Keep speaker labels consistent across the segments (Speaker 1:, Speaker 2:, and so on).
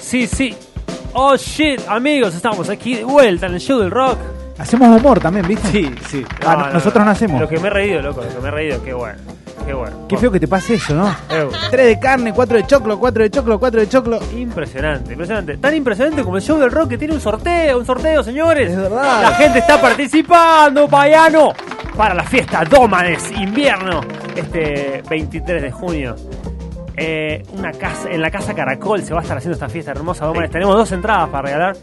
Speaker 1: sí, sí. Oh shit, amigos, estamos aquí de vuelta en el show del rock.
Speaker 2: Hacemos humor también, ¿viste?
Speaker 1: Sí, sí.
Speaker 2: Ah, no- nosotros no hacemos.
Speaker 1: Lo que me he reído, loco, lo que me he reído, qué bueno. Qué bueno.
Speaker 2: Qué feo que te pase eso, ¿no?
Speaker 1: Eh,
Speaker 2: Tres de carne, cuatro de choclo, cuatro de choclo, cuatro de choclo.
Speaker 1: Impresionante, impresionante. Tan impresionante como el show del rock que tiene un sorteo, un sorteo, señores.
Speaker 2: Es verdad.
Speaker 1: La gente está participando, payano, para la fiesta Dómanes invierno, este 23 de junio. Eh, una casa, en la casa Caracol se va a estar haciendo esta fiesta hermosa Dómanes. Tenemos dos entradas para regalar.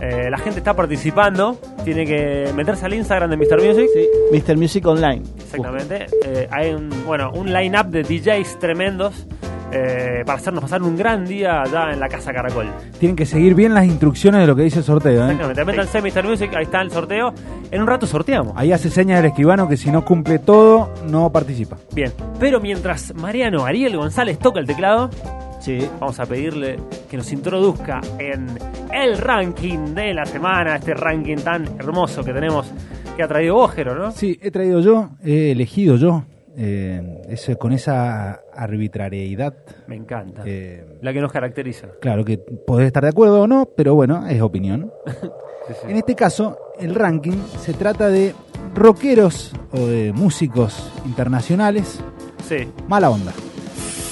Speaker 1: Eh, la gente está participando, tiene que meterse al Instagram de Mr. Music.
Speaker 3: Mr. Music Online.
Speaker 1: Exactamente. Eh, hay un, bueno, un line-up de DJs tremendos eh, para hacernos pasar un gran día allá en la Casa Caracol.
Speaker 2: Tienen que seguir bien las instrucciones de lo que dice el sorteo, ¿eh?
Speaker 1: Exactamente. Métanse Mr. Music, ahí está el sorteo. En un rato sorteamos.
Speaker 2: Ahí hace señas el escribano que si no cumple todo, no participa.
Speaker 1: Bien. Pero mientras Mariano Ariel González toca el teclado,
Speaker 3: Sí.
Speaker 1: vamos a pedirle que nos introduzca en el ranking de la semana, este ranking tan hermoso que tenemos, que ha traído Bójero, ¿no?
Speaker 2: Sí, he traído yo, he elegido yo, eh, eso, con esa arbitrariedad.
Speaker 1: Me encanta.
Speaker 2: eh,
Speaker 1: La que nos caracteriza.
Speaker 2: claro que podés estar de acuerdo o no, pero bueno, es opinión.
Speaker 1: Sí, sí.
Speaker 2: En este caso, el ranking se trata de rockeros o de músicos internacionales.
Speaker 1: Sí.
Speaker 2: Mala onda.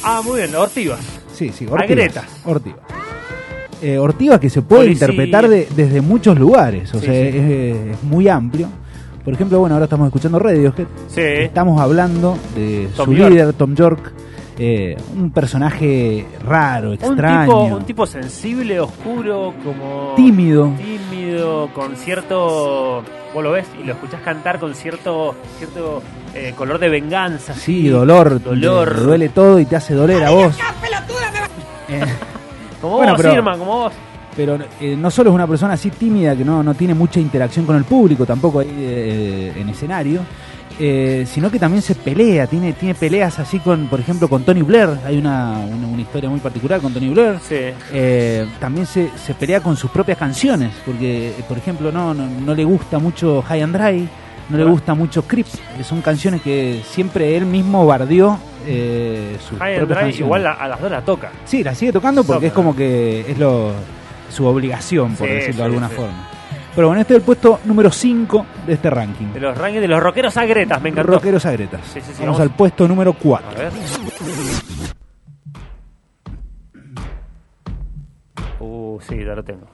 Speaker 1: Ah, muy bien, Ortivas.
Speaker 2: Sí, sí,
Speaker 1: Agrietas.
Speaker 2: Ortivas. Ortivas. Eh, Ortivas que se puede
Speaker 1: Policía.
Speaker 2: interpretar de- desde muchos lugares, o
Speaker 1: Sí,
Speaker 2: sea,
Speaker 1: sí.
Speaker 2: Es, es muy amplio. Por ejemplo, bueno, ahora estamos escuchando Radiohead.
Speaker 1: Sí.
Speaker 2: Estamos hablando de
Speaker 1: Tom
Speaker 2: su
Speaker 1: York.
Speaker 2: líder, Tom York, eh, un personaje raro,
Speaker 1: Un
Speaker 2: extraño.
Speaker 1: tipo, un tipo sensible, oscuro, como.
Speaker 2: Tímido.
Speaker 1: Tímido, con cierto. Vos lo ves y lo escuchás cantar con cierto cierto eh, color de venganza.
Speaker 2: Sí,
Speaker 1: así,
Speaker 2: dolor,
Speaker 1: Dolor.
Speaker 2: te duele todo y te hace doler a vos. Eh,
Speaker 1: Como
Speaker 2: Bueno,
Speaker 1: vos,
Speaker 2: pero-
Speaker 1: Irma, como vos.
Speaker 2: pero eh, no solo es una persona así tímida que no, no tiene mucha interacción con el público, tampoco ahí eh, en escenario, eh, sino que también se pelea, tiene, tiene peleas así con, por ejemplo, con Tony Blair. Hay una, una, una historia muy particular con Tony Blair.
Speaker 1: Sí.
Speaker 2: Eh, también se, se pelea con sus propias canciones, porque, eh, por ejemplo, no, no, no le gusta mucho High and Dry, no le
Speaker 1: Claro.
Speaker 2: gusta mucho Creep, que son canciones que siempre él mismo bardeó eh, sus
Speaker 1: High and
Speaker 2: propias
Speaker 1: Dry,
Speaker 2: canciones.
Speaker 1: igual a, a las dos la toca.
Speaker 2: Sí, la sigue tocando porque
Speaker 1: Toca.
Speaker 2: es como que es lo, su obligación, por
Speaker 1: Sí,
Speaker 2: decirlo
Speaker 1: sí,
Speaker 2: de alguna
Speaker 1: sí.
Speaker 2: forma. Pero bueno, este es el puesto número 5 de este ranking.
Speaker 1: De los rankings de los rockeros a Gretas, me encantó.
Speaker 2: Rockeros Agretas.
Speaker 1: Sí, sí, sí,
Speaker 2: vamos,
Speaker 1: vamos.
Speaker 2: al puesto número
Speaker 1: A
Speaker 2: 4.
Speaker 1: ver. Uh, sí, ya lo tengo.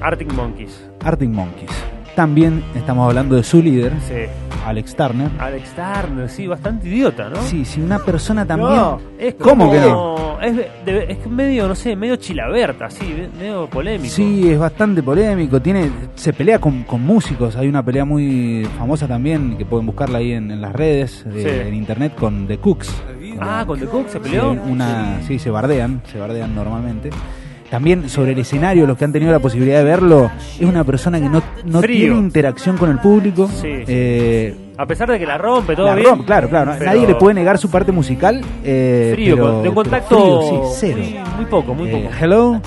Speaker 1: Arctic Monkeys.
Speaker 2: Arctic Monkeys. También estamos hablando de su líder,
Speaker 1: Sí.
Speaker 2: Alex Turner.
Speaker 1: Alex Turner, sí, bastante idiota, ¿no?
Speaker 2: Sí, si una persona también.
Speaker 1: No, es
Speaker 2: ¿Cómo
Speaker 1: como-
Speaker 2: que no?
Speaker 1: Es, de- es medio, no sé, medio chilaberta, sí, medio polémico.
Speaker 2: Sí, es bastante polémico. Tiene, se pelea con, con músicos. Hay una pelea muy famosa también que pueden buscarla ahí en, en las redes, eh,
Speaker 1: Sí.
Speaker 2: en internet, con The Cooks.
Speaker 1: Ah, con The Cook se
Speaker 2: Sí,
Speaker 1: peleó.
Speaker 2: Eh, una, sí, se bardean, se bardean normalmente. También sobre el escenario, los que han tenido la posibilidad de verlo, es una persona que no, no
Speaker 1: Frío.
Speaker 2: tiene interacción con el público.
Speaker 1: Sí.
Speaker 2: Eh,
Speaker 1: A pesar de que la rompe, todo
Speaker 2: la
Speaker 1: bien.
Speaker 2: rompe, claro, claro.
Speaker 1: pero
Speaker 2: Nadie le puede negar su parte musical. eh,
Speaker 1: Frío,
Speaker 2: pero-
Speaker 1: con- de un
Speaker 2: pero
Speaker 1: contacto
Speaker 2: frío, sí, cero.
Speaker 1: Muy, muy poco, muy
Speaker 2: Eh,
Speaker 1: poco.
Speaker 2: hello,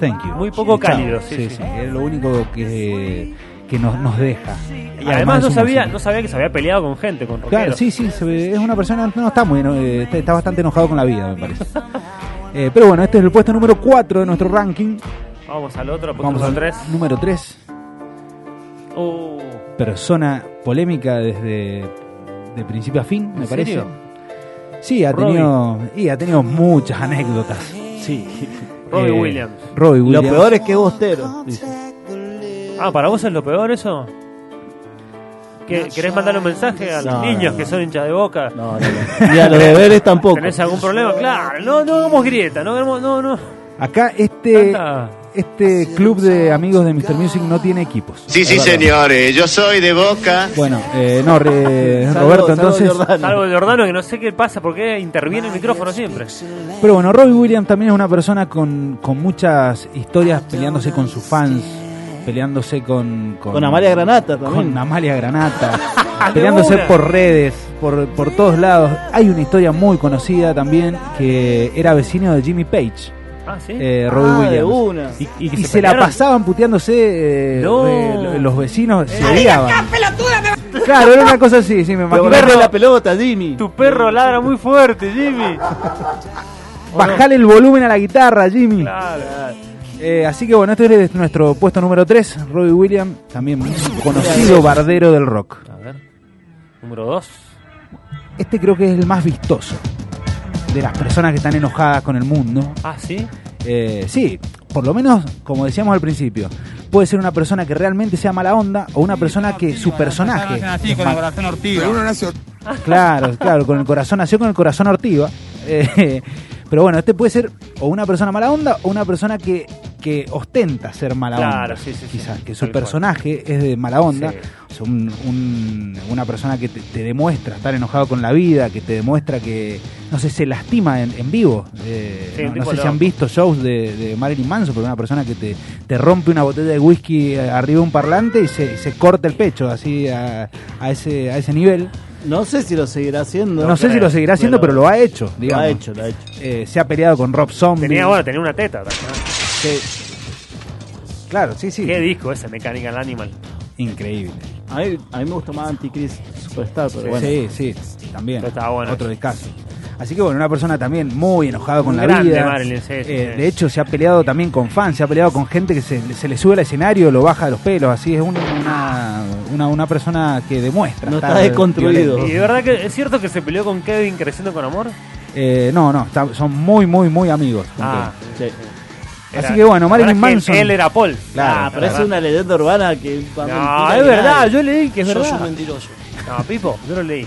Speaker 2: thank you.
Speaker 1: Muy poco
Speaker 2: Chao.
Speaker 1: cálido, sí, sí.
Speaker 2: Es lo único que, que nos, nos deja.
Speaker 1: Y además no
Speaker 2: es un
Speaker 1: sabía,
Speaker 2: músico.
Speaker 1: no sabía que se había peleado con gente, con rockeros.
Speaker 2: Claro, sí, sí, se ve- es una persona, no está muy, eno- eh, está, está bastante enojado con la vida, me parece. Eh, pero bueno, este es el puesto número 4 de nuestro ranking.
Speaker 1: Vamos al otro,
Speaker 2: Vamos
Speaker 1: vamos
Speaker 2: al
Speaker 1: al tres.
Speaker 2: número 3.
Speaker 1: Uh,
Speaker 2: Persona polémica desde de principio a fin, me
Speaker 1: ¿En
Speaker 2: parece.
Speaker 1: serio?
Speaker 2: Sí, ha
Speaker 1: Robbie.
Speaker 2: tenido, y ha tenido muchas anécdotas. Sí.
Speaker 1: Robbie Williams.
Speaker 2: Robbie
Speaker 3: Lo
Speaker 2: Williams.
Speaker 3: peor es que es bostero. dice.
Speaker 1: Ah, ¿para vos es lo peor eso? ¿Qué- ¿Querés mandarle un mensaje a los
Speaker 3: No,
Speaker 1: niños
Speaker 3: no,
Speaker 1: que
Speaker 3: no.
Speaker 1: son hinchas de boca?
Speaker 3: No, no, no. Y a los deberes tampoco.
Speaker 1: ¿Tenés algún problema? Claro, no, no hagamos grieta, no hagamos, no, no.
Speaker 2: Acá este,
Speaker 1: Tanta-
Speaker 2: este club de amigos de Mr. Music no tiene equipos.
Speaker 4: Sí, sí, señores, yo soy de Boca.
Speaker 2: Bueno, eh, no, re-
Speaker 3: Salvo-
Speaker 2: Roberto,
Speaker 3: salvo
Speaker 2: entonces...
Speaker 3: Giordano.
Speaker 1: Salvo el Jordano que no sé qué pasa, porque interviene el micrófono siempre.
Speaker 2: Pero bueno, Robbie Williams también es una persona con, con muchas historias peleándose con sus fans, peleándose con...
Speaker 3: Con Amalia Granata también.
Speaker 2: Con Amalia Granata,
Speaker 1: ¡Ah, de
Speaker 2: peleándose
Speaker 1: una!
Speaker 2: por redes, por, por todos lados. Hay una historia muy conocida también que era vecino de Jimmy Page,
Speaker 1: Ah, sí.
Speaker 2: eh, Robbie
Speaker 3: Ah, de
Speaker 2: Williams.
Speaker 3: una.
Speaker 1: y,
Speaker 2: Y,
Speaker 1: que
Speaker 2: se, la
Speaker 1: pelearon.
Speaker 2: pasaban puteándose eh,
Speaker 1: No.
Speaker 2: de- lo- los vecinos, se odiaban. Claro, era una cosa así, sí, me
Speaker 3: Pero
Speaker 2: imagino. eh,
Speaker 3: verle la pelota, Jimmy.
Speaker 1: Tu perro ladra muy fuerte, Jimmy. ¿O
Speaker 2: Bajale el volumen a la guitarra, Jimmy.
Speaker 1: Claro.
Speaker 2: Eh, así que bueno, este es nuestro puesto número 3, Robbie Williams, también conocido bardero del rock.
Speaker 1: A ver. Número 2.
Speaker 2: Este creo que es el más vistoso de las personas que están enojadas con el mundo.
Speaker 1: Ah, sí.
Speaker 2: Eh, sí, por lo menos, como decíamos al principio, puede ser una persona que realmente sea mala onda o una persona que su personaje.
Speaker 5: Así, Ah, con el corazón ortigo.
Speaker 2: Claro, claro, con el corazón, nació con el corazón ortiva. Eh, pero bueno, este puede ser o una persona mala onda o una persona que, que ostenta ser mala
Speaker 1: Claro,
Speaker 2: onda.
Speaker 1: sí, sí, sí.
Speaker 2: quizás, que
Speaker 1: Tal
Speaker 2: su
Speaker 1: cual.
Speaker 2: personaje es de mala onda.
Speaker 1: Sí.
Speaker 2: O sea, un- un- una persona que te, te demuestra estar enojado con la vida, que te demuestra que, no sé, se lastima en, en vivo. Eh,
Speaker 1: Sí,
Speaker 2: no-
Speaker 1: un
Speaker 2: no,
Speaker 1: tipo
Speaker 2: sé si
Speaker 1: loco.
Speaker 2: han visto shows de, de Marilyn Manson, pero una persona que te, te rompe una botella de whisky eh, arriba de un parlante y se, y se corta el pecho, así a, a ese, a ese nivel.
Speaker 3: No sé si lo seguirá haciendo.
Speaker 2: No sé si lo seguirá haciendo, pero lo ha hecho, digamos.
Speaker 3: Lo ha hecho, lo ha hecho.
Speaker 2: Eh, se ha peleado con Rob Zombie.
Speaker 1: Tenía, bueno, tenía una teta. ¿no?
Speaker 2: Claro, sí, sí.
Speaker 1: ¿Qué disco ese, Mechanical Animal?
Speaker 2: Increíble.
Speaker 3: A mí, a mí me gusta más Antichrist Superstar, pero bueno.
Speaker 2: Sí, sí, también.
Speaker 1: Pero estaba bueno.
Speaker 2: Otro descaso. Así que bueno, una persona también muy enojada con
Speaker 1: Un
Speaker 2: la
Speaker 1: grande
Speaker 2: vida.
Speaker 1: Marilyn, sí, sí,
Speaker 2: Eh,
Speaker 1: sí.
Speaker 2: De hecho, se ha peleado también con fans, se ha peleado con gente que se, se le sube al escenario, lo baja de los pelos. Así es un- una, una, una persona que demuestra.
Speaker 3: No
Speaker 2: estar
Speaker 3: está desconstruido.
Speaker 2: violenta.
Speaker 1: ¿Y de verdad que es cierto que se peleó con Kevin creciendo con amor?
Speaker 2: Eh, no, no, está- son muy, muy, muy amigos.
Speaker 1: Ah,
Speaker 3: Sí.
Speaker 2: Así que bueno,
Speaker 1: la
Speaker 2: Marilyn
Speaker 1: verdad es que
Speaker 2: Manson.
Speaker 1: Él era Paul.
Speaker 2: Claro,
Speaker 3: Ah, pero
Speaker 1: es
Speaker 3: es una leyenda urbana que.
Speaker 1: No, es verdad, yo leí que es
Speaker 6: Sos un
Speaker 1: verdad.
Speaker 6: mentiroso.
Speaker 1: No, Pipo, yo lo leí.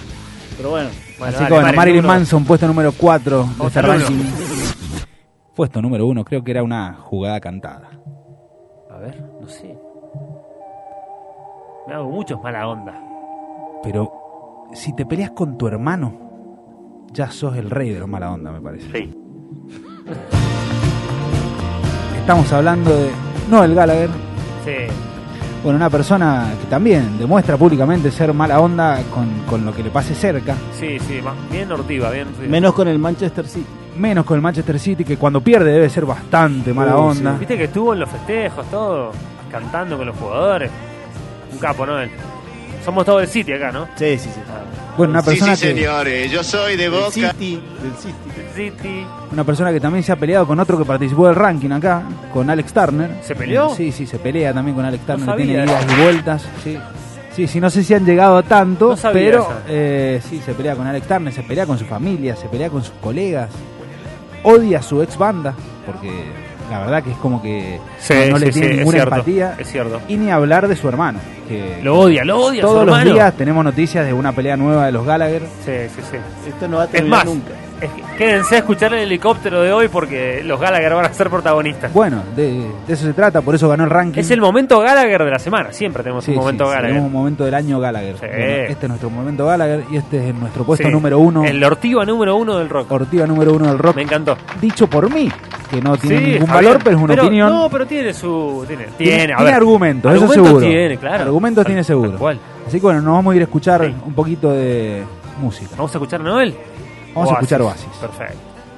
Speaker 3: Pero bueno.
Speaker 1: Bueno,
Speaker 2: Así
Speaker 1: dale,
Speaker 2: que bueno,
Speaker 1: Marilyn,
Speaker 2: Marilyn
Speaker 1: número-
Speaker 2: Manson, puesto número 4 de
Speaker 1: Vamos
Speaker 2: este
Speaker 1: al uno.
Speaker 2: ranking. Puesto número 1, creo que era una jugada cantada.
Speaker 1: A ver, no sé. Me hago muchos mala onda.
Speaker 2: Pero si te peleas con tu hermano, ya sos el rey de los mala onda, me parece.
Speaker 4: Sí.
Speaker 2: Estamos hablando de Noel Gallagher.
Speaker 1: Sí.
Speaker 2: Bueno, una persona que también demuestra públicamente ser mala onda con, con lo que le pase cerca.
Speaker 1: Sí, sí, más- bien ortiva, bien ortiva.
Speaker 3: Menos con el Manchester City.
Speaker 2: Menos con el Manchester City, que cuando pierde debe ser bastante mala
Speaker 3: Uh,
Speaker 2: onda.
Speaker 1: Viste que estuvo en los festejos, todo, cantando con los jugadores. Un capo, ¿no? Él. Somos todos del City acá, ¿no?
Speaker 3: Sí, sí, sí.
Speaker 2: Bueno, una
Speaker 4: Sí,
Speaker 2: persona
Speaker 4: sí,
Speaker 2: que...
Speaker 4: señores, yo soy de
Speaker 3: Del
Speaker 4: Boca.
Speaker 3: City. Del City.
Speaker 1: Del City.
Speaker 2: Una persona que también se ha peleado con otro que participó del ranking acá, con Alex Turner. Eh,
Speaker 1: ¿Se peleó?
Speaker 2: Sí, sí, se pelea también con Alex Turner.
Speaker 1: sabía
Speaker 2: tiene
Speaker 1: eso.
Speaker 2: idas y vueltas. Sí. sí, sí, no sé si han llegado a tanto,
Speaker 1: No sabía
Speaker 2: pero
Speaker 1: eso.
Speaker 2: eh, sí, se pelea con Alex Turner, se pelea con su familia, se pelea con sus colegas. Odia a su ex banda, porque la verdad que es como que no, no le tiene ninguna
Speaker 1: es cierto,
Speaker 2: empatía.
Speaker 1: Es cierto.
Speaker 2: Y ni hablar de su hermano. Que
Speaker 1: Lo odia, lo odia,
Speaker 2: todos
Speaker 1: su
Speaker 2: los
Speaker 1: hermano.
Speaker 2: días tenemos noticias de una pelea nueva de los Gallagher.
Speaker 1: Sí, sí, sí.
Speaker 3: Esto no va a
Speaker 1: Es
Speaker 3: terminar
Speaker 1: más,
Speaker 3: nunca.
Speaker 1: es que quédense a escuchar el helicóptero de hoy porque los Gallagher van a ser protagonistas.
Speaker 2: Bueno, de, de eso se trata, por eso ganó el ranking.
Speaker 1: Es el momento Gallagher de la semana. Siempre tenemos
Speaker 2: Sí,
Speaker 1: un momento
Speaker 2: sí, sí,
Speaker 1: Gallagher.
Speaker 2: tenemos un momento del año Gallagher.
Speaker 1: Sí.
Speaker 2: Bueno, este es nuestro momento Gallagher y este es nuestro puesto
Speaker 1: Sí.
Speaker 2: número uno.
Speaker 1: El ortiva número uno del rock.
Speaker 2: Ortiva número uno del rock.
Speaker 1: Me encantó.
Speaker 2: Dicho por mí, que no tiene
Speaker 1: Sí,
Speaker 2: ningún
Speaker 1: está
Speaker 2: valor,
Speaker 1: bien.
Speaker 2: pero es una opinión.
Speaker 1: No, pero tiene su. Tiene, tiene,
Speaker 2: tiene,
Speaker 1: a
Speaker 2: tiene
Speaker 1: ver.
Speaker 2: argumentos, eso
Speaker 1: Argumentos
Speaker 2: seguro.
Speaker 1: tiene, claro.
Speaker 2: Argumentos
Speaker 1: Tal-
Speaker 2: tiene
Speaker 1: tal
Speaker 2: seguro.
Speaker 1: cual.
Speaker 2: Así que bueno, nos vamos a ir a escuchar
Speaker 1: Sí.
Speaker 2: un poquito de música.
Speaker 1: Vamos a escuchar a Noel.
Speaker 2: Vamos a escuchar Oasis.
Speaker 1: Perfecto.